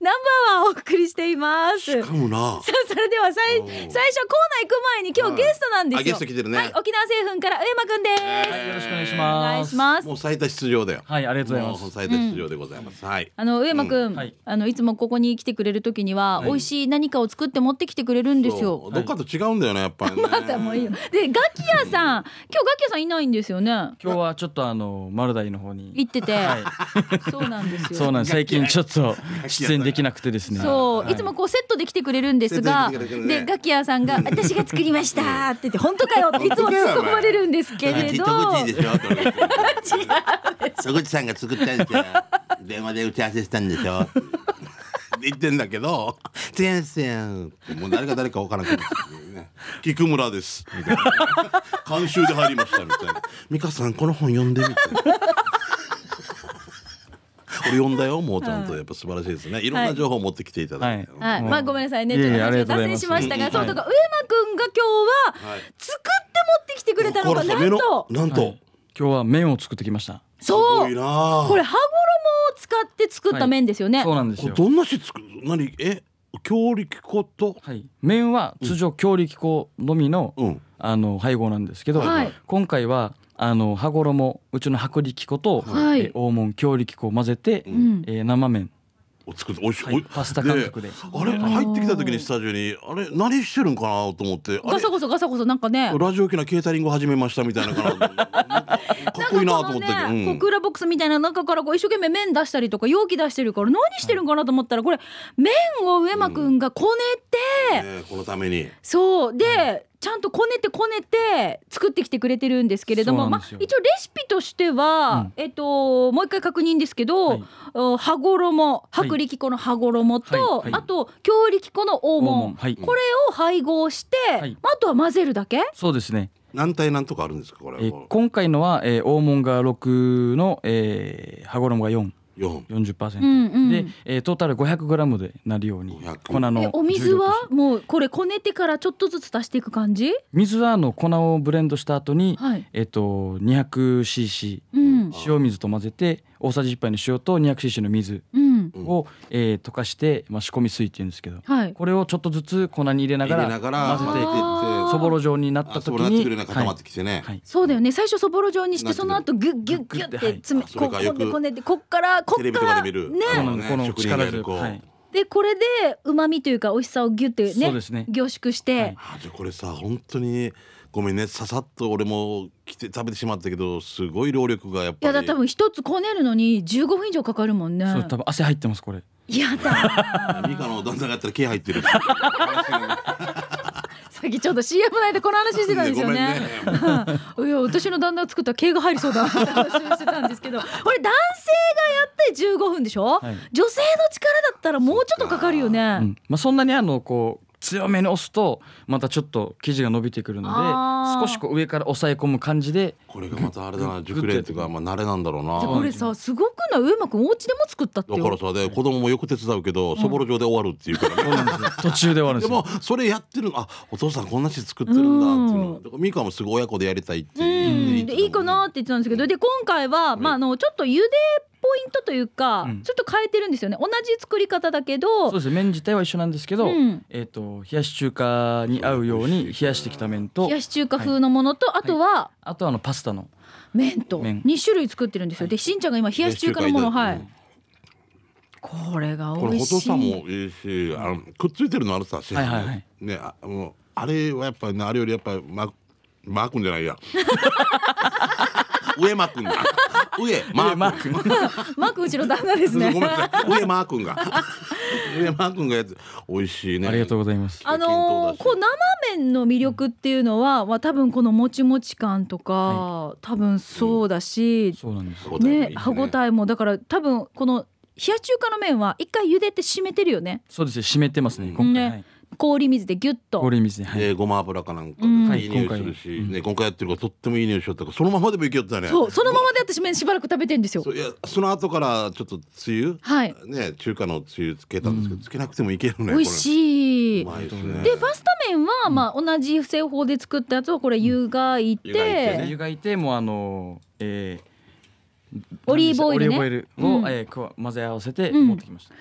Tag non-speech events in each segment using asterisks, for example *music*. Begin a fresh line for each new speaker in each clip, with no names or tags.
ナンバーワンをお送りしています
しかもな
さあそれでは最最
お
初コーナー行
ー
く前に今日
はい
ゲストなんですよ、
あゲスト来てるね
はい沖縄製粉から上間くんです、
えー
よろしくお願いし
お願
ま
い
す。
します
もう最多出場だよ
はい、ありがとうございま
もう
す。
最多出場でございます、はい
あの上間くん、
はい
あのいつもここに来てくれる時には、
はい
美味しい何かを作って持ってきてくれるんです
そ
よ
うどっかと違うんだよねやっぱりね
*laughs* またもういいよでガキ屋さん今日ガキ屋さんいないんですよね
今日はちょっとあのマルダイの方に。
行ってて、
はい。
そうなんですよ
そうなんです。最近ちょっと出演できなくてですね。
そう、、
はい
つもこうセットで来てくれるんですが、
セットで来てくれるね
でガキ屋さんが私が作りましたって言って本当かよっていつも突っ込まれるんですけれど、
口でしょ
*laughs*
とか言って戸口さんが作ったんですよ電話で打ち合わせしたんでしょ
言ってんだけど「先生」ってもう誰が誰か分からなくなっちゃうね「菊村です」みたいな「監修で入りました」みたいな「美香さんこの本読んで」みたいな。俺読んだよもうちゃんとやっぱ素晴らしいですねいろんな情報を持ってきていただいて、
はい
はい、まあごめんなさいね、
い
ち
え
ょ
い
っ
え
と
あり
話を脱
がとうございま
線
す
しましたが、
うん
そうとか上間くんが今日は
はい
作って持ってきてくれたのが
こ
な
れ
ん
の
と、
なんと、
はい今日は麺を作ってきました。
す
そ、
ごいうな
こ
こ
れ羽衣を使って作った麺ですよね。
そうなんです
れ
よ。
どんなしつく何え強力粉と
はい。麺は通常強力粉のみの
うん
あの配合なんですけど
はい、
今回はあの羽衣うちの薄力粉と
はい
え黄門強力粉を混ぜて
う
うん、
えー生麺
お作っておいし、
はい
おい
パスタ感覚で。
あれ入ってきた時にスタジオにあれ何してるんかなと思ってあ
ガ
れ
サゴソガサゴソなんかね。
ラジオ機なケータリング始めましたみたいなから
*laughs*
かっこいいなと思ったけ
なんか
ど、
このね
う
こうんクーラーボックスみたいな中からこう一生懸命麺出したりとか容器出してるから何してるんかなと思ったらこれ麺を上間くんがこねて、
ねこのために
そうで、ちゃんとこねてこねて作ってきてくれてるんですけれども
そうな
ま
ん
あ
ですよ
一応レシピとしては、えっともう一回確認ですけど、
はい
お羽衣
い
薄力粉の羽衣と、
はいはい
あと強力粉の黄
黄
門
門はい。
これを配合して、
い
まああとは混ぜるだけ
そうですね。
何対何とかあるんですかこれ
えー今回のは、えー、黄門が6の、えー、羽衣が4。
四
40%、
うんうん
で、えー、トータル 500g でなるように
500
粉の
えお水
重量と
は
して
もうこれこねてからちょっとずつ足していく感じ
水はあの粉をブレンドした後に、
はい、
えっと 200cc
うん
塩水と混ぜて大さじ1杯の塩と 200cc の水
うん、
を、えー溶かして、まあ、仕込み水っていうんですけど
はい
これをちょっとずつ粉に入れな
入
が
れな
ら
がら
混ぜていく
あー
そぼろ状になった
あ
時
そう
に
なってくるような固ま
は
ってきてね、
いはい
そうだよね最初そぼろ状にして
なんてい
そうの
の
後グッギュッギュッ
グッ
っ
グッて
て
はい
詰め、
あそ
こ
れ
う
か
こ
よ
ね
く
てこねてこっからこ
テ
っ
レビ
か
とからで見る、
ね
あ
そうな
の
ん
ね
ですこの
職人がや
力強
る
く
こう、
はい
でこれで旨味というか美味しさをギュッて
そう
ね
ですね
凝縮して、
はい
あじゃあこれさ本当にごめんねささっと俺も来て食べてしまったけどすごい労力がやっ
い
ぱ
や
り
だ多分一つこねるのに15分以上かかるもんね
そう多分汗入ってますこれ
やだ *laughs*
ミカの旦那がやったら毛入ってる
さっきちょっと CM 内でこの話してたんですよね
ごめん
い
ね
や私の旦那が作った毛が入りそう
*laughs*
だなって話をしてたんですけどこれ男性がやって15分でしょ、
はい
女性の力だったらもうちょっとかかるよね、
うんまあ、そんなにあのこう強めに押すとまたちょっと生地が伸びてくるの
あー
で少しこう上から押さえ込む感じで
これがまたあれだな熟練っていうかまあ慣れなんだろう
*laughs*
な
じゃあこれさすごくない上間くんお家でも作ったって
だ
よ
からさで子供もよく手伝うけど、そぼろ状で終わるっていうからね
そうなんで
*laughs*
すよ途中で終わるんで
です
よ
もそれやってるあお父さんこんなし作ってるんだっていうの
う
だからミカもすごい親子でやりたいって
う
言
ん、
って
でいいかなって言ってたんですけどで今回は、まあ、あのちょっと茹でポイントというか、
うん
ちょっと変えてるんですよね同じ作り方だけど
そうですね麺自体は一緒なんですけど、
うん
えっ、と冷やし中華に合うように冷やしてきた麺と
冷やし中華風のものと、あとは
あとあのパスタの
麺と
麺
2種類作ってるんですよ、でしんちゃんが今冷やし中華のものはい、これが
こ
美
れ
味
お
しい
父さんもいいしあのくっついてるのあるさシェフね,、
はいはいはい
あもうあれはやっぱりねあれよりやっぱりママー君じゃないや
*laughs*
上マー君が上マー君
マーク
マークうちの旦那ですね
ごめんなさい上マー君
*laughs*
が上マー君がやつ美味しいね
ありがと
う
うございます
あのーこう生麺の魅力っていうのは、まあ、多分このもちもち感とか、多分そうだし、
そうなんですよ
ね歯ごたえもだから多分この冷や中華の麺は一回茹でて締めてるよね
そうですね湿ってますね今回、
ね
はい、
氷水でギュッと
氷水で、はい
でごま油かなんか
うん
いい匂いするし、
はい今回
ね今回やってるからとってもいい匂いしよったからそのままでもいけよったね
そうそのままで私麺しばらく食べてんですよ
そういやその後からちょっと梅雨、
はい
ね中華の梅雨つけたんですけど、つけなくてもいける
美
ね
味
い
しいう
まいですね
でパスタ麺は、まあ、同じ製法で作ったやつをこれ湯がいて,、
湯がいてね
湯がいてもうあのーえー
オリーブオイルね
オリーブオイルを、
うん
えーこう混ぜ合わせて
うん
持ってきました、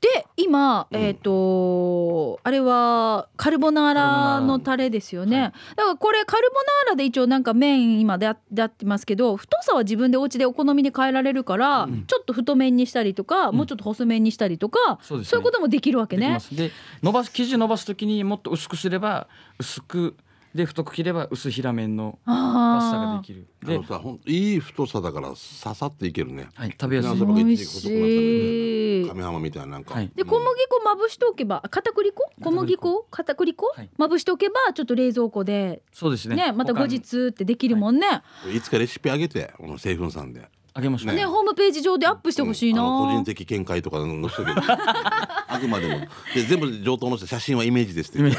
で今、えっ、とあれはカルボナーラのタレですよね、だからこれカルボナーラで一応なんか麺今でやでやってますけど太さは自分でお家でお好みで変えられるから、ちょっと太麺にしたりとか、もうちょっと細麺にしたりとか
そ
そうう,、
ですね
いうこともできるわけ
でき
ね
ま。すで伸ばす生地伸ばすときにもっと薄くすれば薄くで太く切れば薄平麺のパスタが
あ
できる
あ
で
の、さほんいい太さだからささっていけるね
はい、食べやすい
沖縄そば
あ、
が
美
一時
味
期細くなったんだよね
しい。
亀浜みたいななんか、
はい
で小麦粉まぶしておけばあ片栗粉小麦粉片栗粉、
はい
まぶしておけばちょっと冷蔵庫で
そうですね
ねまた後日ってできるもんね。
いつかレシピあげてこの製粉さんで
あげましょう
ね、ホームページ上でアップしてほしいな、
うんあの個人的見解とかの
*laughs*
人であくまでもで全部上等の人写真はイメージですって言って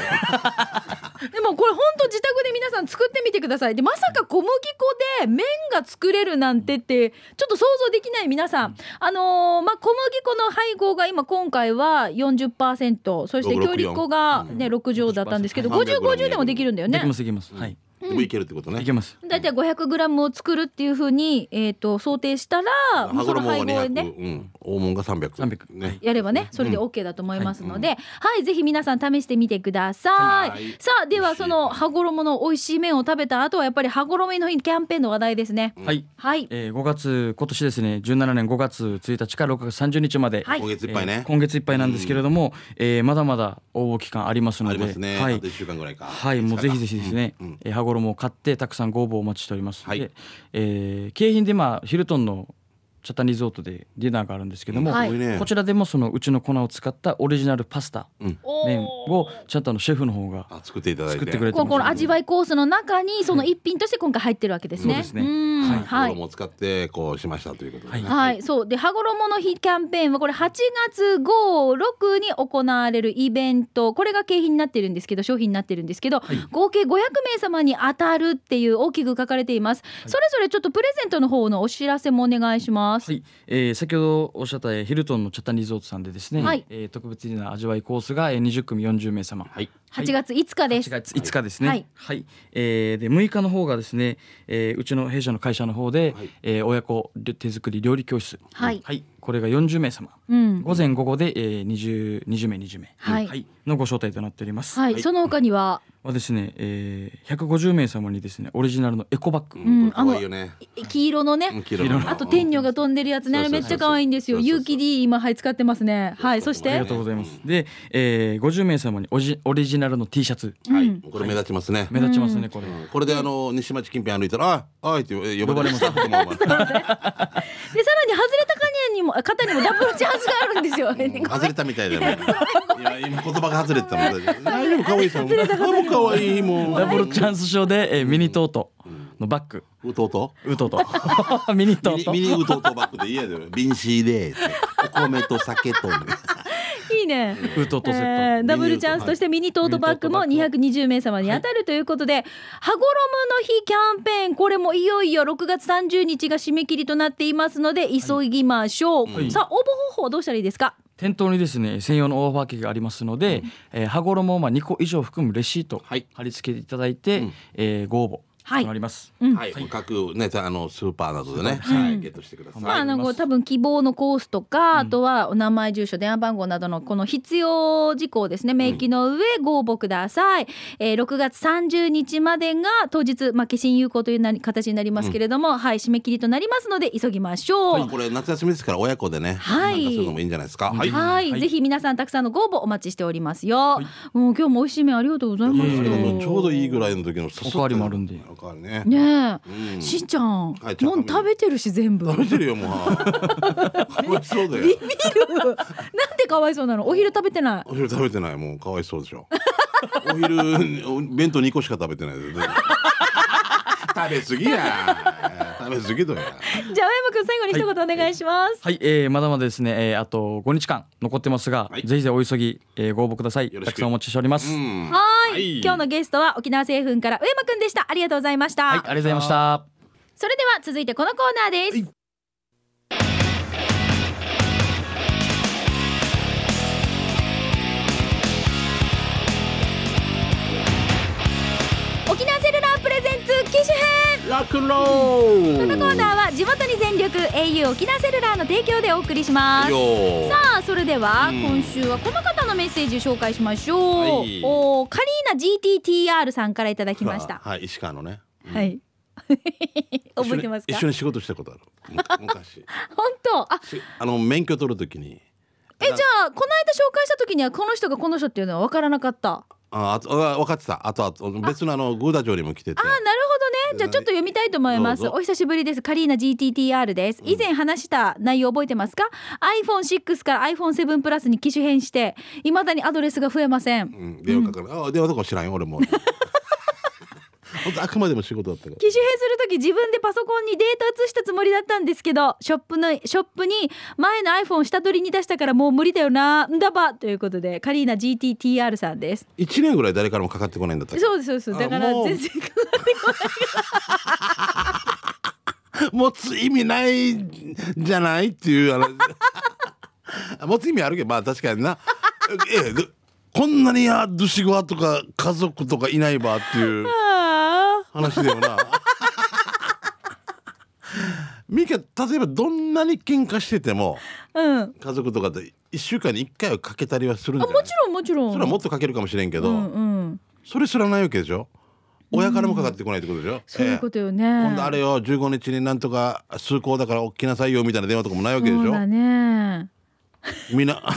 でもこれ本当自宅で皆さん作ってみてくださいでまさか小麦粉で麺が作れるなんてってちょっと想像できない皆さんあのーまあ小麦粉の配合が今今回は40%そして強力粉がね60だったんですけど5050
300
でもできるんだよ
で
ね
きますできます、はい
でもいけるってことね
いけます
だいたい 500g を作るっていうふうに、えー、と想定したらも
羽
うその
衣が
配合で
200、
ね
うん、黄門が300
300
ね、
やればねそれで OK だと思いますので、はい、ぜひ皆さん試してみてください、
はい
さあではその羽衣の美味しい麺を食べた後はやっぱり羽衣の日キャンペーンの話題ですね、
はい
はい
えー、5月今年ですね17年5月1日から6月30日まで、
はい
今月いっぱいね、
えー今月いっぱいなんですけれども、えーまだまだ応募期間ありますの
あ
で
りますね、
は
あ
い
と1週間ぐらいか
はい、もうぜひぜひですね、
うんうん
えー羽衣を買ってたくさんご応募お待ちしております、
はい
でえー景品でまあヒルトンのチャタンリゾートでディナーがあるんですけども、
はい
すごいね
こちらでもそのうちの粉を使ったオリジナルパスタ
お
麺
ー
をちゃんとあのシェフの方が
あ作っていただいて
作ってくれて
こうこの味わいコースの中にその一品として今回入ってるわけですね。
そうですね
ん
はい
はい
衣を使ってこうしましたということで、ね
は
は
い
い、そうで羽衣の日キャンペーンはこれ8月56に行われるイベントこれが景品になってるんですけど商品になってるんですけど、合計500名様に当たるっていう大きく書かれています、それぞれちょっとプレゼントの方のお知らせもお願いします、
はい、えー先ほどおっしゃったえーヒルトンのチャタンリゾートさんでですね、
はい
えー特別な味わいコースがえー20組40名様、
はい
8月5日です
8月5日ですね。
は
はいい。えーで6日の方がですね、えーうちの弊社の会社の方で、
はい
えー親子手作り料理教室。
はい
これが40名様。
うん
午前午後で、えー、20, 20名20名、
はい
のご招待となっております。
はい、
はい
その他には、
はですね、えー、150名様にですねオリジナルのエコバッグ、
うん
可愛いよね
い黄色のね、
うん黄色の
あと天女が飛んでるやつね、あれ
そ
め
うそう
っ
そう
ちゃ可愛いんですよ。
そうそうそう
有機 D 今はい使ってますね。はい、そし
あ
あ
て
りが、とうございます。で、えー、50名様にオジオリジナルの T シャツ
うん
はいこれ目立ちますね、
目立ちますね、これ。
これであの西町近辺歩いたら「あい」って呼ばれました
でさらに外れた方にもあ肩にもダブルチャンスがあるん
*laughs*
ですよ。ごめん
外れたみたいだよねいや今言葉が外れてたもん大丈夫可愛いさんもう可愛いも
ダブル
う
チャンス賞で、えー、ミニトートのバッグ、
うとうと
ウトと *laughs* ミニト
ミ
ー
ニ
ト
ミニうとうとバッグで嫌だよ瓶シーでお米と酒と
いい
*laughs*
ね。
ウトとセット、
えーダブルチャンスとしてミニトートバッグも220名様に当たるということで、羽衣の日キャンペーンこれもいよいよ6月30日が締め切りとなっていますので急ぎましょう、
い
さあ応募方法どうしたらいいですか
店頭にですね専用のオーバーケーキがありますので、えー、羽衣をまあ2個以上含むレシート
はい
貼り付けていただいて、えーご応
は
募
い
となります、
はい各ねあのスーパーなどでねゲットしてください
まあ、あの
り
こ
ま
う
す
多分希望のコースとか、あとはお名前住所電話番号などのこの必要事項ですね明記の上ご応募ください、えー6月30日までが当日、まあ、化身有効というなり形になりますけれども、はい締め切りとなりますので急ぎましょう、
これ夏休みですから親子でね参加するのもいいんじゃないですかはい
はい、
はい
ぜひ皆さんたくさんのご応募お待ちしておりますよ。もう今日も美味しい麺ありがとうございま
いえい
し
えい
た。
ちょうどいいぐ
い。
らいの時の
おかわりもあるんで
おかわりね
ねえ、
うん
しんちゃん、
はいちゃん
もう食べてるし全
*laughs*
部。
食べてるよもうかわいそうだ
ビ
よ
ビる。なんでかわいそうなの。お昼食べてない。
お昼食べてないもうかわいそうでしょ *laughs* お昼お弁当2個しか食べてないです *laughs* 食べ過ぎや *laughs* 食べ過ぎとや
じゃあ青山くん最後に一言お願いします。
はい、えーまだまだですね、えーあと5日間残ってますが、
はい
ぜひぜひお急ぎ、えーご応募ください
よろしく
たくさんお待ちしております、はい
ん
はーい
はい
今日のゲストは沖縄製粉から上山くんでした。ありがとうございました。
ありがとうございました
それでは続いてこのコーナーです。沖縄セルラープレゼンツ機種編
ラクンロー
このコーナーは地元に全力 au 沖縄セルラーの提供でお送りします
よ
さあそれでは
うん
今週はこの方のメッセージ紹介しましょう、
はい
おーカリーナ GTTR さんからいただきました
はい石川のね
はい *laughs* 覚えてますか
一緒に一緒に仕事したことある *laughs* む昔
本当あ
しあの免許取るときに
えじゃあこの間紹介した時にはこの人がこの人っていうのは分からなかったあ
ああとあ分かってたあとあと別のあのグーダ城にも来てて
あなるほどねじゃあちょっと読みたいと思います
どうぞ
お久しぶりですカリーナ GTTR です以前話した内容覚えてますか iPhone6 から iPhone7 プラスに機種変していまだにアドレスが増えません
うん、電話かかる、あ電話とか知らんよ俺も
*laughs*
本当あくまでも仕事だったから
機種変する時自分でパソコンにデータ移したつもりだったんですけどショップのショップに前の iPhone を下取りに出したからもう無理だよなんだばということでカリーナ GTTR さんです
一年ぐらい誰からもかかってこないんだったっけ
そうですそうですだから
あもう
全然
持つ意味ないんじゃないっていう話 *laughs* 持つ意味あるけどまあ確かになええでこんなにやドゥシゴアとか家族とかいないばっていう
あー
話だよな *laughs* ミカ例えばどんなに喧嘩してても
うんあ
家族とかで1週間に1回はかけたりはするんじゃな
も
い
ちろんもちろん
それはもっとかけるかもしれんけど、
うんうん
それ知らないわけでしょ親からもかかってこないってことでしょ、
そういうことよね、
ええ今度あれよ15日になんとか通行だから起きなさいよみたいな電話とかもないわけで
そ
し
うだ
ょ
ね
みんな *laughs*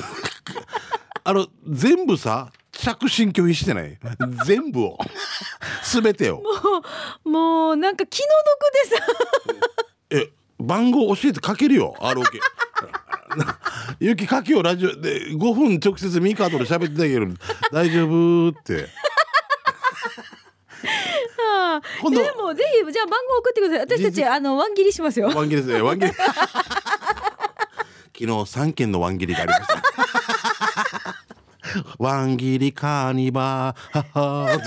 あの全部さ着信拒否してない *laughs* 全部を全てを
もうなんか気の毒でさ
え番号教えてかけるよ ROK *laughs* ゆきかけよラジオで5分直接ミカとで喋ってたけど大丈夫って今度
でもぜひじゃあ番号送ってください私た
じじ
ちあのワン切りしますよ
ワン切りですね。ワン切り。昨日三件のワン切りがありました。ワン切りカーニバー。はは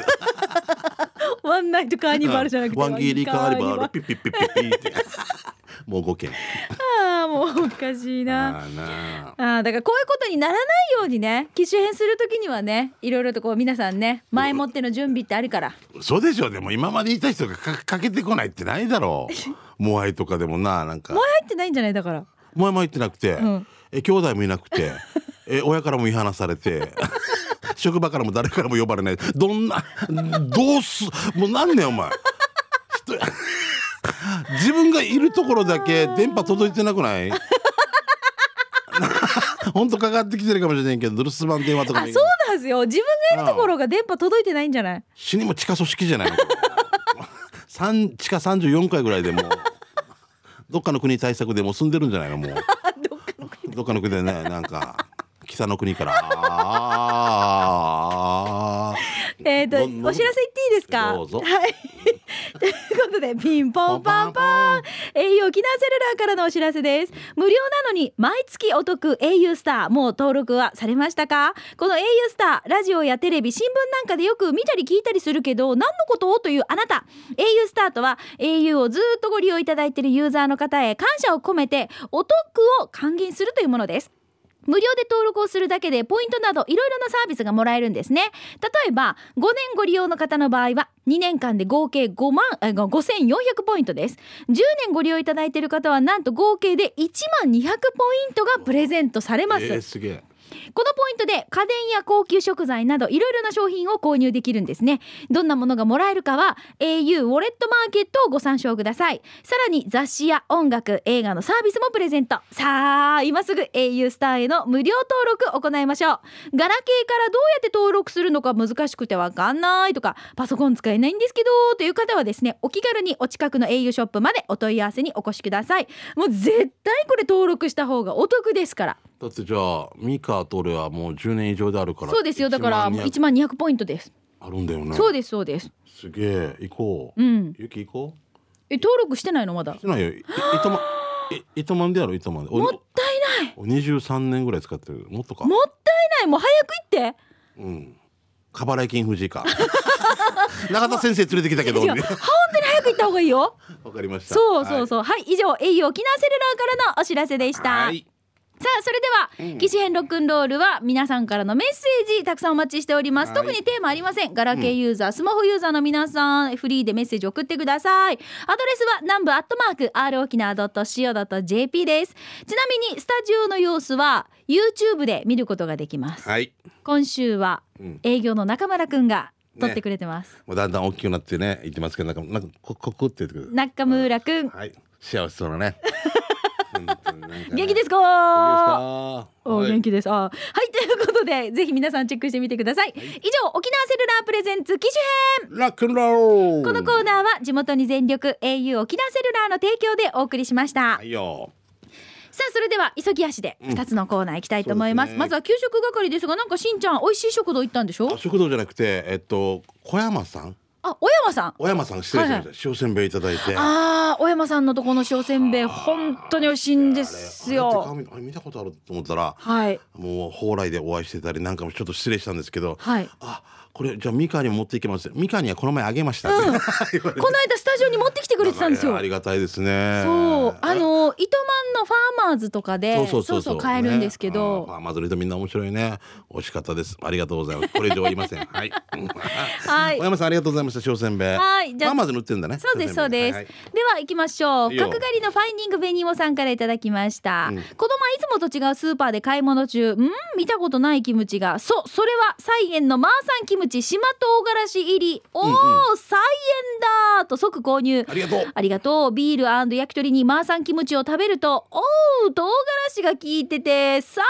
ワンナイトカーニバルじゃなくて
ワン切りカーニ
ワンギリカーニ
バ
バ
ー。ピッピッピッピッピッって。もう五件。
ああもうおかしいな。
あーなあ。
ああだからこういうことにならないようにね機種変するときにはねいろいろとこう皆さんね前もっての準備ってあるから
そうでしょう。でも今までいた人がかかけてこないってないだろう。モアイとかでもななんか。
入ってないんじゃないだから
前も言ってなくて、
ん
え兄弟もいなくてえ親からも違反されて *laughs* 職場からも誰からも呼ばれないどんなどうすもうなんねんお前人自分がいるところだけ電波届いてなくない *laughs* 本当かかってきてるかもしれないけど留守番電話とか
あ
も
そうなんですよ自分がいるところが電波届いてないんじゃない
死にも地下組織じゃないの *laughs* 三地下34回ぐらいでもうどっかの国対策でもう住んでるんじゃない
*laughs*
のもう。
あどっかの
どっかの国でね、なんか、北の国から。あ
*laughs* えっ、と
どんどん
お知らせ言っていいですか
どうぞ
はい *laughs* ということでピンポンパンパン
パン
au 沖縄セルラーからのお知らせです無料なのに毎月お得 au スターもう登録はされましたかこの au スターラジオやテレビ新聞なんかでよく見たり聞いたりするけど何のことをというあなた au スターとは au をずっとご利用いただいているユーザーの方へ感謝を込めてお得を還元するというものです無料で登録をするだけでポイントなどいろいろなサービスがもらえるんですね例えば5年ご利用の方の場合は2年間で合計5万えご5400ポイントです10年ご利用いただいている方はなんと合計で1万200ポイントがプレゼントされ
あ。
ます、
えー、すげえ。
このポイントで家電や高級食材などいろいろな商品を購入できるんですねどんなものがもらえるかは au ウォレットマーケットをご参照くださいさらに雑誌や音楽映画のサービスもプレゼントさあ今すぐ au スターへの無料登録を行いましょうガラケーからどうやって登録するのか難しくてわかんないとかパソコン使えないんですけどという方はですねお気軽にお近くの au ショップまでお問い合わせにお越しくださいもう絶対これ登録した方がお得ですから
だってじゃあ、ミカと俺はもう10年以上であるから。
そうですよだから
1
1万200ポイントです、
あるんだよね。
そうですそうです
すげえ、行こ
う
う。
ん
ゆき行こ
え登録してないのまだ
う。してないよ。い糸満。い糸満でやろ糸満で。
もっ
も
たいない
23年ぐらい使ってる。もっとか。
もったいないもう早く行って
うん。過払い金藤井か。 *laughs* 中田先生連れてきたけど。
違う
俺ね
早く行った方が *laughs* いいよ
*laughs* わかりました。
そうそう
う。
そうはい、以上 au 沖縄セルラーからのお知らせでした
はい。
さあそれでは「機種編ロックンロール」は皆さんからのメッセージたくさんお待ちしております、
はい
特にテーマありませんガラケーユーザー、スマホユーザーの皆さんフリーでメッセージ送ってくださいアドレスは南部アットマーク r 沖縄 .co.jp ですちなみにスタジオの様子は YouTube で見ることができます、
はい
今週は
うん
営業の中村くんが撮ってくれてます、
もうだんだん大きくなってね言ってますけどなんかなんかこここって言ってくる
中村くん
はい幸せそう
*laughs*
なね本当になんかね
元気ですか
元気ですか
お
はい
元気です。あ、はいということでぜひ皆さんチェックしてみてください。以上沖縄セルラープレゼンツ機種編。
ロックンロール
このコーナーは地元に全力 au 沖縄セルラーの提供でお送りしました。
はいよ
さあそれでは急ぎ足で二つのコーナー行きたいと思います。
そうですね
まずは給食係ですがなんかしんちゃん美味しい食堂行ったんでしょ
あ？食堂じゃなくてえっと小山さん
あ、小山さん。
小山さん失礼しました、塩せんべいいただいて
ああ、小山さんのとこの塩せんべい本当に美味しいんで
あれ
す
あ
よ。
れって顔見あれ見たことあると思ったら
はい
もう蓬莱でお会いしてたりなんかもちょっと失礼したんですけど、
はい。
あこれじゃあミカにも持っていきますミカにはこの前あげました、
うん
言われて
この間スタジオに持ってきてくれてたんですよ
あ。りがたいですね
そうあの糸満のファーマーズとかでそうそう買えるんですけ
ね
ど、
あーまあマドリードみんな面白いね美味しかったですありがとうございますこれ以上は言いませんはい
はい
小山さんありがとうございました塩せんべい
はいじゃあ
まあまず塗ってんだね
そうですそう
塩せんべ
で
い
す、
はい
では行きましょう
いいよ
角刈りのファインディングベニモさんからいただきました、
うん
子供はいつもと違うスーパーで買い物中うん見たことないキムチがそうそれは菜園のマーサンキムチ島唐辛子入りおお、
うん
菜園だと即購入
ありがとう
*laughs* ありがとうビール焼き鳥にマーサンキムチを食べるとおう唐辛子が効いてて最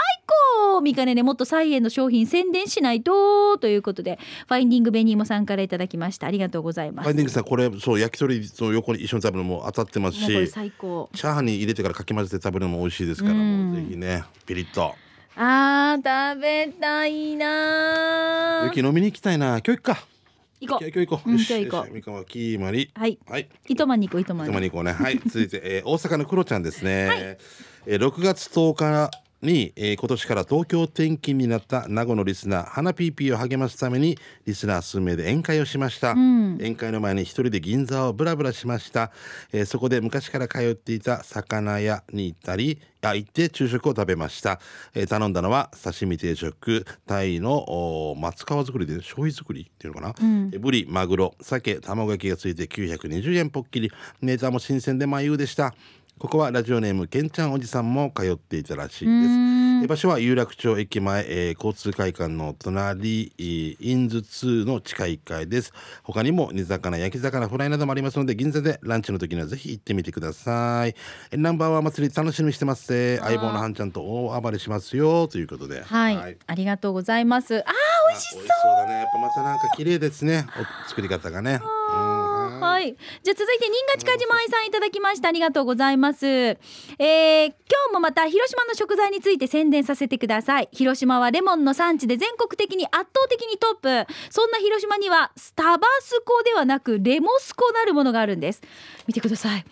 高見かねでもっと菜園の商品宣伝しないとということでファインディングベニーモさんからいただきましたありがとうございま
フ
す
ァインディングさんこれそう焼き鳥と横に一緒に食べるのも当たってます
もうこれ
し
最高
チャーハンに入れてからかき混ぜて食べるのも美味しいですから、
うん
もうぜひねピリッと
あー食べたいな
ゆ
ー
き飲みに行きたいな今日行くか
行こ
今日行こう、
うん
よし
今日行こう
よしみかんはキーマリ
うはい
はい
糸満に行こう糸満
た
に
まに行こう
*laughs*
ねはい続いて、えー、大阪のクロちゃんですね、えー、6月10日に、えー、今年から東京転勤になった名護のリスナー花ピーピーを励ますためにリスナー数名で宴会をしました、
ん
宴会の前に一人で銀座をブラブラしました、えーそこで昔から通っていた魚屋に行ったりあ行って昼食を食べました、えー頼んだのは刺身定食タイのおー松皮作りで醤油作りっていうのかな、えーブリマグロ鮭卵焼きがついて920円ぽっきりネタも新鮮で眉でしたここはラジオネームけんちゃんおじさんも通っていたらしいですえー場所は有楽町駅前、えー交通会館の隣、えー、インズ2の地下1階です他にも煮魚焼き魚フライなどもありますので銀座でランチの時にはぜひ行ってみてくださいえーナンバーワン祭り楽しみにしてますぜ相棒のはんちゃんと大暴れしますよということでは
はい、ありがとうございますあ
美味しそうだねやっぱまたなんか綺麗ですねお作り方がね
ーはいじゃあ続いて新賀近島愛さんいただきましたありがとうございます、えー今日もまた広島の食材について宣伝させてください広島はレモンの産地で全国的に圧倒的にトップそんな広島にはスタバスコではなくレモスコなるものがあるんです見てください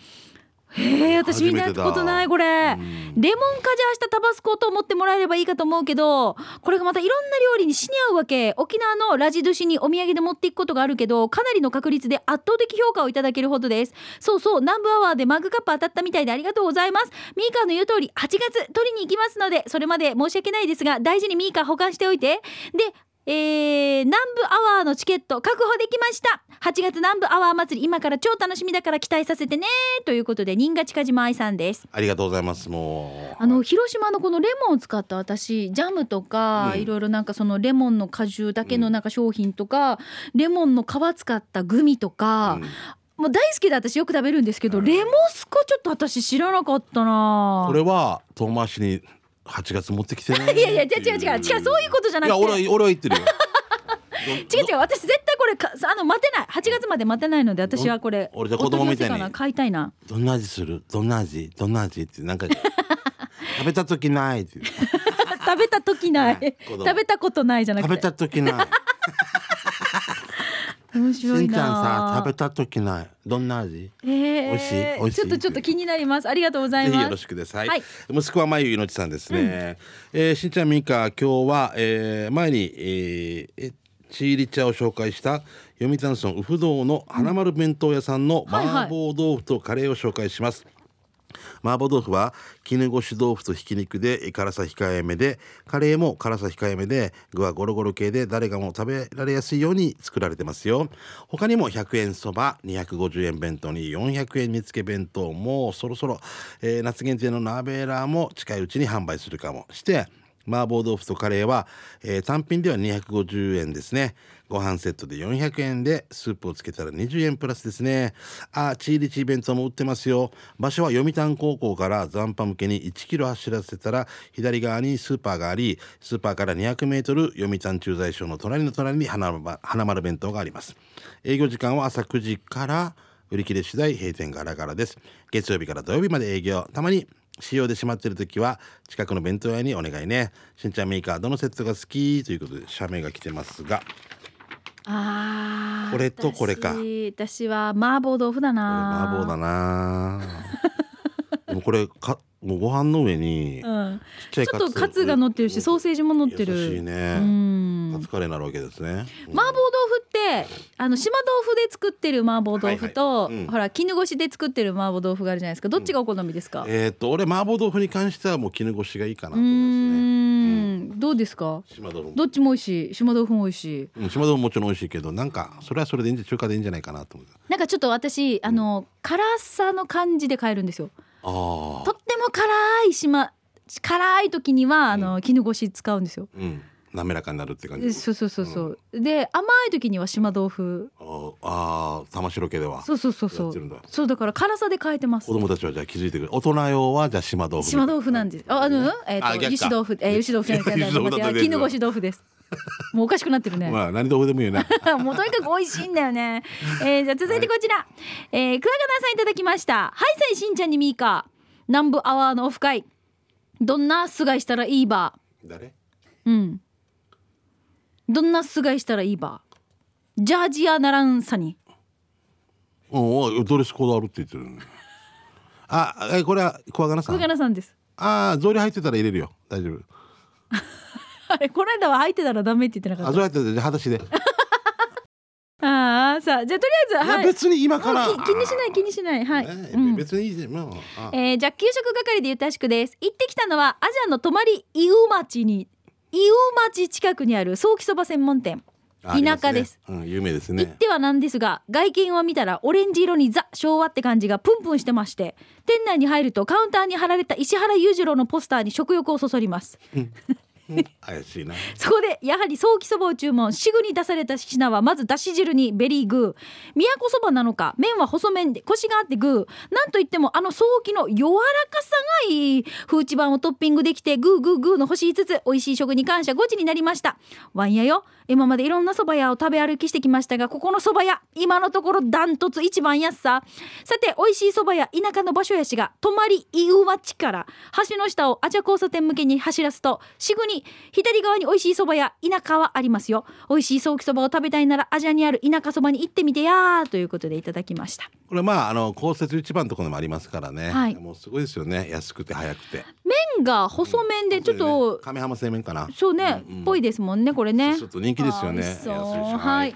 へえ私
初め
見た
てだ
ことないこれ、
うん
レモンかじゃしたタバスコと思ってもらえればいいかと思うけどこれがまたいろんな料理に死に合うわけ沖縄のラジドゥシにお土産で持っていくことがあるけどかなりの確率で圧倒的評価をいただけるほどですそうそう南部アワーでマグカップ当たったみたいでありがとうございますミーカーの言う通り8月取りに行きますのでそれまで申し訳ないですが大事にミーカー保管しておいてでえー、南部アワーのチケット確保できました8月南部アワー祭り今から超楽しみだから期待させてねということで新賀近島愛さんです
ありがとうございますもう
あの広島のこのレモンを使った私ジャムとか、
うん
いろいろなんかそのレモンの果汁だけのなんか商品とか、レモンの皮使ったグミとか、
うん
もう大好きで私よく食べるんですけど、レモスコちょっと私知らなかったな
これは遠回しに8月持ってきてね
*laughs* いやいや違う違う違う違うそういうことじゃなくて
いや俺は俺は言
*laughs*
ってるよ
違う違う私絶対これかあの待てない8月まで待てないので私はこれ
俺じゃ子供みたいに
お取り寄せかな買いたいな *laughs*
どどんな味するどんな味どんな味ってなんか食べた時ないって
食べた時な
はいい *laughs* 子供
食べたことないじゃなく
食
て
べた時ない
面
し
白い
ん
な
ちゃんさ食べた時ないどんな味
えー、
美味しい美味しい
ちょっとちょっと気になりますありがとうござい
ぜひ
ます
よろしくです。はい。
はい
息子はまゆいのちさんですね。えーしんちゃんみーか今日は、えー前に、えーえチーリ茶を紹介した読谷村ウフ堂の花丸弁当屋さんの
はいはい
麻婆豆腐とカレーを紹介します。麻婆豆腐は絹ごし豆腐とひき肉で辛さ控えめでカレーも辛さ控えめで具はゴロゴロ系で誰がも食べられやすいように作られてますよ他にも100円そば250円弁当に400円煮付け弁当もそろそろ、えー夏限定の鍋ラーも近いうちに販売するかもして麻婆豆腐とカレーは、えー単品では250円ですねご飯セットで400円でスープをつけたら20円プラスですねあーチーリチー弁当も売ってますよ場所は読谷高校から残波向けに1キロ走らせたら左側にスーパーがありスーパーから200メートル読谷駐在所の隣の隣に花丸花丸弁当があります営業時間は朝9時から売り切れ次第閉店ガラガラです月曜日から土曜日まで営業たまに使用で閉まってる時は近くの弁当屋にお願いねしんちゃんメーカーどのセットが好きということで社名が来てますが
あー
これとこれか
私私は麻婆豆腐だ
これ麻
な
婆だなあでもこれかもうご飯の上にちっ
うん、
ちゃい
ちょ
カ
っ
ツ
とカツが乗ってるしソーセージも乗ってる
優しいね
うん
カツカレーになるわけですね
麻婆豆腐ってあの島豆腐で作ってる麻婆豆腐と、
はいはいうん
ほら絹ごしで作ってる麻婆豆腐があるじゃないですかどっちがお好みですか、う
えーっと俺麻婆豆腐に関してはもう絹ごしがいいかな
ー
と思いますね
んどうですか
島豆腐も
どっちも美味しい島豆腐も美味しい
うん島豆腐ももちろん美味しいけどなんかそれはそれでいいんじゃ中華でいいんじゃないかなと思って
なんかちょっと私あの辛さの感じで変えるんですよ
あ
と
あ
っても辛い島辛い時にはあの絹ごし使うんですよ
うん滑らかになるって感
で
じ
そうそうそうそうで甘い時には島豆腐
あーあー玉城家では
そうそうそうそ
やっ
う
てるんだ
そうだから辛さで変えてます
子供たちはじゃあ気づいてくれる大人用はじゃあ島豆腐
島豆腐なんです。あ、あの、えっ、
あ
と、
逆か
油脂豆腐、えー、油脂豆腐じゃない
*laughs* 油脂豆腐だった
待って絹ごし豆腐です。もうおかしくなってるね。
まあ何豆腐でもいいよね
*laughs* もうとにかく美味しいんだよね。えー、じゃあ続いてこちら、えー、クワガナさんいただきました。はいさいしんちゃんにミーカー南部アワーのオフ会。どんな素がいしたらいいば。
誰
うん。どんな素がいしたらいいば。ジャージアならんさに。
うん、ドレスコードあるって言ってるのに。あ、えこれは小ガナさ
クワ
ん。
ガ
あ
ナさんです。
あー、草履入ってたら入れるよ。大丈夫。
あれこの間は入ってたらダメって言ってなか
あ、
っ
草履入ってたら、じゃあ裸足で。
た。ああ、さあじゃあとりあえ
い
ずは
や、
い。
別に今か
も
ら。
うき気にしない気にしないはい、
ね
うん
別にいいじゃん。まあ、あ
えーじゃあ給食係でゆたしくです行ってきたのはアジアの泊まり伊予町に伊予町近くにある早期そば専門店
あります
田舎です
ねうん、有名です
行っ
ね。
てはなんですが外見を見たらオレンジ色にザ昭和って感じがプンプンしてまして店内に入るとカウンターに貼られた石原裕次郎のポスターに食欲をそそります
怪しいな。
そこでやはり早期そばを注文すぐに出された品はまずだし汁にベリーグー都そばなのか麺は細麺でコシがあってグーなんといってもあの早期の柔らかさがいい風地板をトッピングできてグーグーグーの星5つ美味しい食に感謝5時になりましたワンやよ今までいろんなそば屋を食べ歩きしてきましたがここのそば屋今のところダントツ一番安ささて美味しいそば屋田舎の場所やしが泊まり伊予町から橋の下をアジャ交差点向けに走らすとすぐに左側に美味しいそば屋田舎はありますよ美味しい早期そばを食べたいならアジャにある田舎そばに行ってみてやーということでいただきました
これまあ、あの、公設一番のところでもありますからね。
はい
もうすごいですよね。安くて早くて。
麺が細麺でちょっと、
亀浜製麺かな。
そうね、っぽいですもんねこれね
ちょっと人気ですよね。
あー美味しそう
安いし
はい。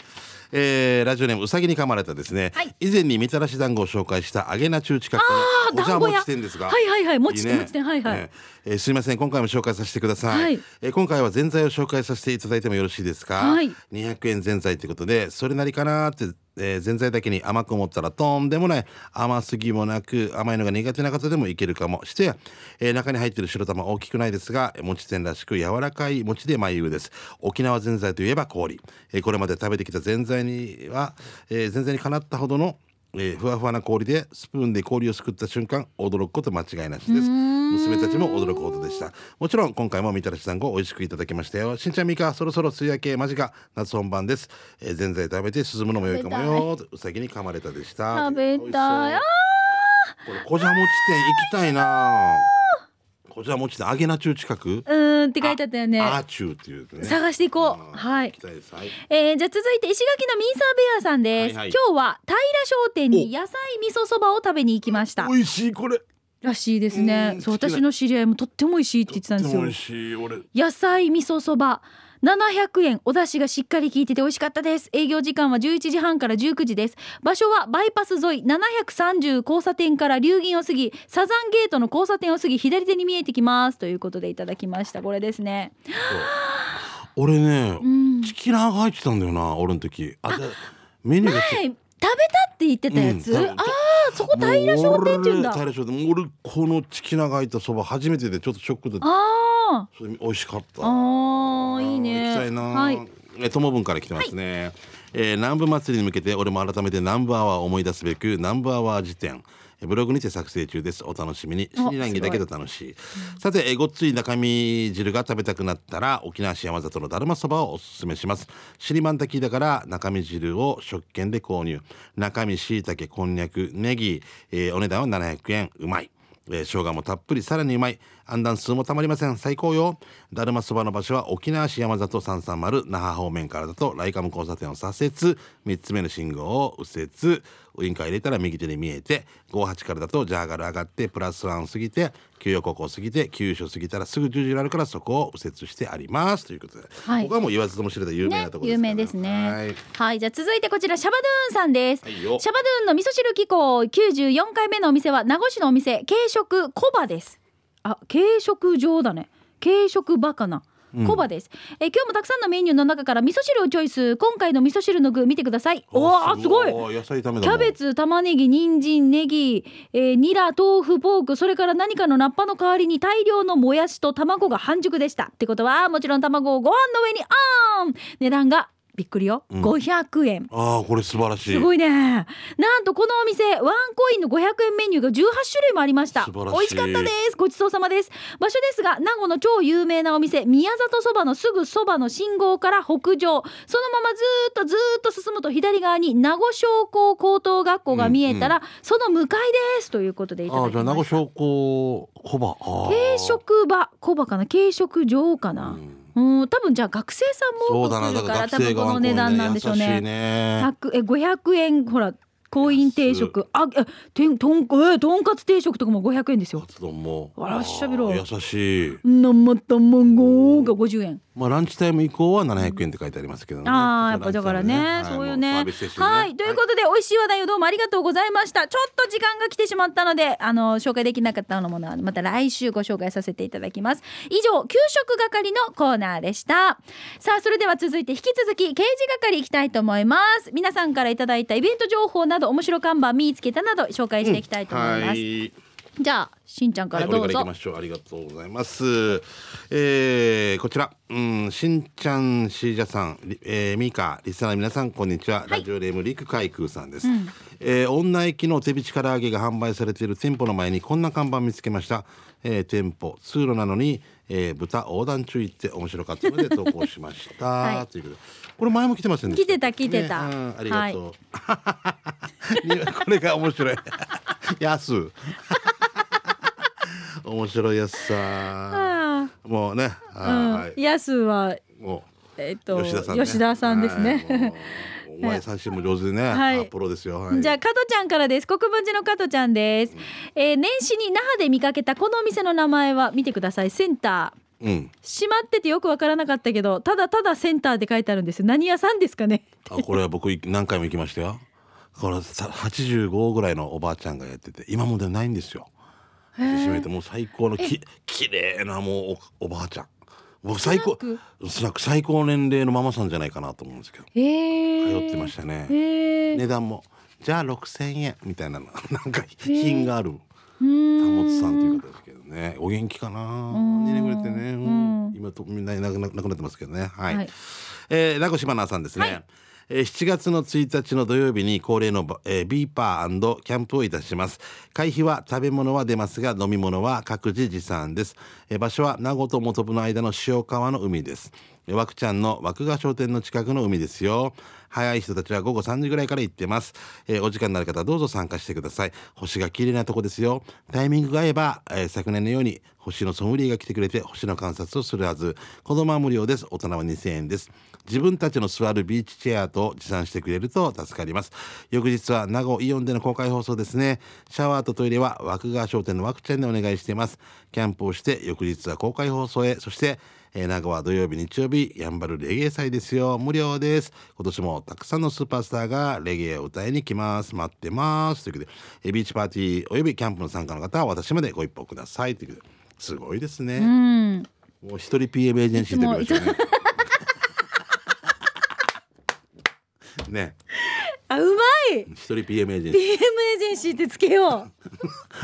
えーラジオネームうさぎに噛まれたですね、
はい
以前にみたらし団子を紹介した揚げな中近く
あー
の
団
お茶
子屋
餅店ですが
はいはいはい餅
いいね
餅店はいはい
えーえーすいません今回も紹介させてください、
はい
えー今回はぜんざいを紹介させていただいてもよろしいですか、
はい
200円ぜんざいということでそれなりかなーってえー、ぜんざいだけに甘く思ったらとんでもない甘すぎもなく甘いのが苦手な方でもいけるかもして、えー中に入ってる白玉大きくないですが餅店らしく柔らかい餅で眉優です沖縄ぜんざいといえば氷、えーこれまで食べてきたぜんざいには、えーぜんざいにかなったほどのえーふわふわな氷でスプーンで氷をすくった瞬間驚くこと間違いなしです娘たちも驚くほどでしたもちろん今回もみたらし団子を美味しくいただきましたよしんちゃんみーかそろそろ梅雨明け間近夏本番です、えー、ぜんざい食べて進むのも良いかもようさぎに噛まれたでした
食べ
美味しそう
たいあ
これこじゃもち店行きたいなこじゃもち店揚げな中近く
ーうーんって書いてあったよね
あーちゅうっていうね
探していこう
あー
はい
行きたいですはい
えー、じゃあ続いて石垣のミンサーベアさんです、
はいはい
今日は平商店に野菜味噌そばを食べに行きました
美味しいこれ
らしいですね
うん
そう
好きだ
私の知り合いもとっても美味しいって言ってたんです
とっても
よ
美味しい俺
野菜味噌そば700円お出汁がしっかり効いてて美味しかったです営業時間は11時半から19時です場所はバイパス沿い730交差点から流銀を過ぎサザンゲートの交差点を過ぎ左手に見えてきますということでいただきましたこれですね
俺ね、
うん
チキラーが入ってたんだよな俺の時あでメニューが
はい食べたって言ってたやつ、
うん
ああそこ平商店って言うんだ
もう俺平商店俺このチキラーが入ったそば初めてでちょっとショックだった
あ
それ美味しかった
あああいいね
行きたいな、
はい
え友分から来てますね、えー南部祭りに向けて俺も改めて南部アワーを思い出すべく南部アワー辞典えーブログにて作成中ですお楽しみに
あ
新ランギだけど楽しいさてえーごっつい中身汁が食べたくなったら沖縄市山里のだるまそばをおすすめしますシリマン炊きだから中身汁を食券で購入中身しいたけこんにゃくネギ、えーお値段は700円うまいえー、生姜もたっぷりさらにうまい安段数もたまりません最高よだるまそばの場所は沖縄市山里330那覇方面からだとライカム交差点を左折3つ目の信号を右折ウインカー入れたら右手に見えて58からだとジャーガル上がってプラスワン過ぎて給与高校過ぎて給所過ぎたらすぐ十字になるからそこを右折してありますということで、
はい
ここはもう言わずとも知れた有名なところ
有
ですか
名
ら
ですねは
はいい
じゃあ続いてこちらシャバドゥーンさんです、
はい
シャバド
よ
ゥーンの味噌汁機構94回目のお店は名護市のお店軽食コバですあ軽食場だね軽食バカなコバです、えー今日もたくさんのメニューの中から味噌汁をチョイス今回の味噌汁の具見てくださいおわーすごい
野菜炒めだもん
キャベツ玉ねぎ人参ネギ、えーニラ豆腐ポークそれから何かのラッパの代わりに大量のもやしと卵が半熟でしたってことはもちろん卵をご飯の上にオン値段がびっくりよ、
ん
500円
ああこれ素晴らしい
すごいねなんとこのお店ワンコインの500円メニューが18種類もありました
素晴らしい
美味しかったですごちそうさまです場所ですが名護の超有名なお店宮里そばのすぐそばの信号から北上そのままずーっとずーっと進むと左側に名護商工高等学校が見えたら、その向かいですということでいた
あ
だ
あ
き
じゃあ
ま
名護
した
商工小葉ああ
軽食場小場かな軽食場かな、うん、多分じゃあ学生さんも
そ
多
うだな
く来
だ
る
か
からら多
学生
分
が
こ
ワ
の
ンコイ
値
ン
段
で
なんでしょう
優
ね
しいね
100え500円ほら婚姻定食あえてんとんえとんかつ定食とかも500円ですよ
カ。ツ丼も
あらしゃべろう
あー優しい
生卵が50円。
まあランチタイム以降は700円って書いてありますけどね
あーやっぱだからねそういうねはいということで美味しい話題をどうもありがとうございましたちょっと時間が来てしまったのであの紹介できなかったものはまた来週ご紹介させていただきます以上給食係のコーナーでしたさあそれでは続いて引き続き刑事係いきたいと思います皆さんからいただいたイベント情報など面白看板見つけたなど紹介していきたいと思います、
い
じゃあしんちゃんか
は
ら
い、
ど
俺
う
か
ぞ、
ら行きましょう。ありがとうございます。えー、こちら、うん、しんちゃん、しーじゃさん、りえー、みーか、リスナーの皆さん、こんにちは。ラジオネーム、りくかいくうさんです。えー、女駅の手びち唐揚げが販売されている店舗の前に、こんな看板見つけました。えー、店舗、通路なのに、えー、豚横断注意って面白かったので投稿しまし
*laughs*
た、
はい
ということでこれ前も来てませんでした
来てた来てた
ねうんありがとう、 *laughs* これが面白い *laughs* 安 *laughs* う面白いやつさ
あ
もうね、
あうん
は
やすは
い、も
えっ
う
と
吉田さん、
吉田さんです
はい
ね。
もうお前三振も上手でね、
はい
あプロですよ、はい
じゃあ加トちゃんからです国分寺の加トちゃんです、えー年始に那覇で見かけたこのお店の名前は見てくださいセンター
うん、
閉まっててよくわからなかったけどただただセンターで書いてあるんですよ何屋さんですかね
あこれは僕い何回も行きましたよこのさ85ぐらいのおばあちゃんがやってて今もでないんですよ閉めてもう最高のき綺麗なもうおおばあちゃん僕最高
スナッ
スナック最高年齢のママさんじゃないかなと思うんですけど
えー、
通ってましたね、
えー
値段もじゃあ6,000円みたいなの *laughs* なんか
ー
品がある
うー
田
ん
本さんという方ですけどねお元気かな2年ぐらいってね、うん今とみんないなくな亡くなってますけどねはい、
はい
えー名越バナーさんですね、えー7月の1日の土曜日に恒例のば、えービーパーキャンプをいたします会費は食べ物は出ますが飲み物は各自持参です、えー場所は名護と本部の間の塩川の海ですえーわくちゃんの枠が商店の近くの海ですよ早い人たちは午後3時ぐらいから行ってます、えーお時間になる方はどうぞ参加してください星が綺麗なとこですよタイミングが合えば、えー昨年のように星のソムリエが来てくれて星の観察をするはず子供は無料です大人は2000円です自分たちの座るビーチチェアと持参してくれると助かります翌日は名護イオンでの公開放送ですねシャワーとトイレは枠川商店の枠ちゃんでお願いしていますキャンプをして翌日は公開放送へそしてえー名古屋土曜日日曜日やんばるレゲエ祭ですよ無料です今年もたくさんのスーパースターがレゲエを歌いに来ます待ってますということでえービーチパーティーおよびキャンプの参加の方は私までご一報くださいということですごいで
う
すね、
ん
もう一人 PM エージェンシーで見ましょうねね
あうまい
一人 PM エージェンシー
PM エージェンシーってつけよう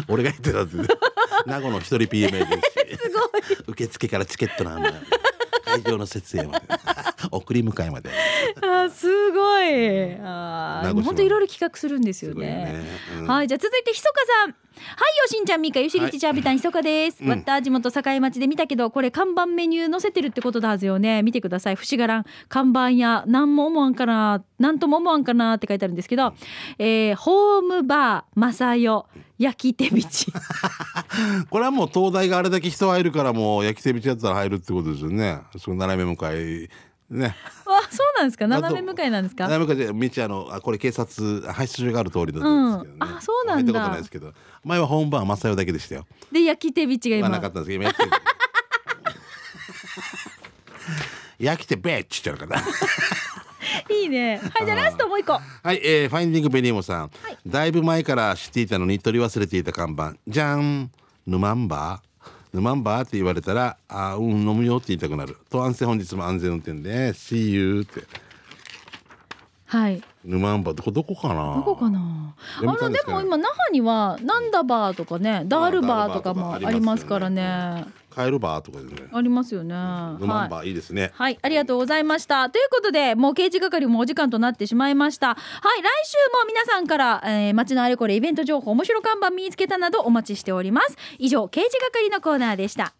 俺が言ってたってね名護の一人 PMA です
すごい
受付からチケットの案内会場の設営まで送り迎えまで
あーすごいあ
名
ー
越
本当いろいろ企画するんですよ
すごいよ
ね
ね、うん
はいじゃあ続いてひそかさんはいよしんちゃんみーかゆしりちちゃびたんひそかです、
うん
わった地元境町で見たけどこれ看板メニュー載せてるってことだはずよね見てください節がらん看板や何も思わんかな何とも思わんかなって書いてあるんですけど、えーホームバーマサヨ焼き手
*laughs*
道
これはもう東大があれだけ人入るからもう焼き手びちやったら入るってことですよねその斜め向かいね
あそうなんですか斜め向かいなんですか
斜め向かいで道あのあこれ警察配出所がある通りだったんですけどね、
うんあそうなんだ
入ったことないですけど前は本番は正代だけでしたよ
で焼き手道が
ま
今、
あなかったんですけど今焼き手焼き手ベッチって言っちゃうかな *laughs*
いいねはいじゃあラストもう一個
はい、えーファインディングベニーモさん、だいぶ前から知っていたのに取り忘れていた看板じゃんヌマンバーヌマンバーって言われたらあーうん飲むよって言いたくなると安静本日も安全運転で See you って
はい
ヌマンバーってこれどこかな
どこかな。あ
読みた
の
いんで
です
けど
も今那覇にはなんだバーとかね、ダールバーとかもありますからね。あ
カエルバーとかですね
りますよね。
ヌマン
は
バ
い。
ーいいですね、
はい、ありがとうございました。ということで、もう刑事係もお時間となってしまいました。はい、来週も皆さんから、えー、街のあれこれイベント情報、面白看板見つけたなどお待ちしております。以上、刑事係のコーナーでした。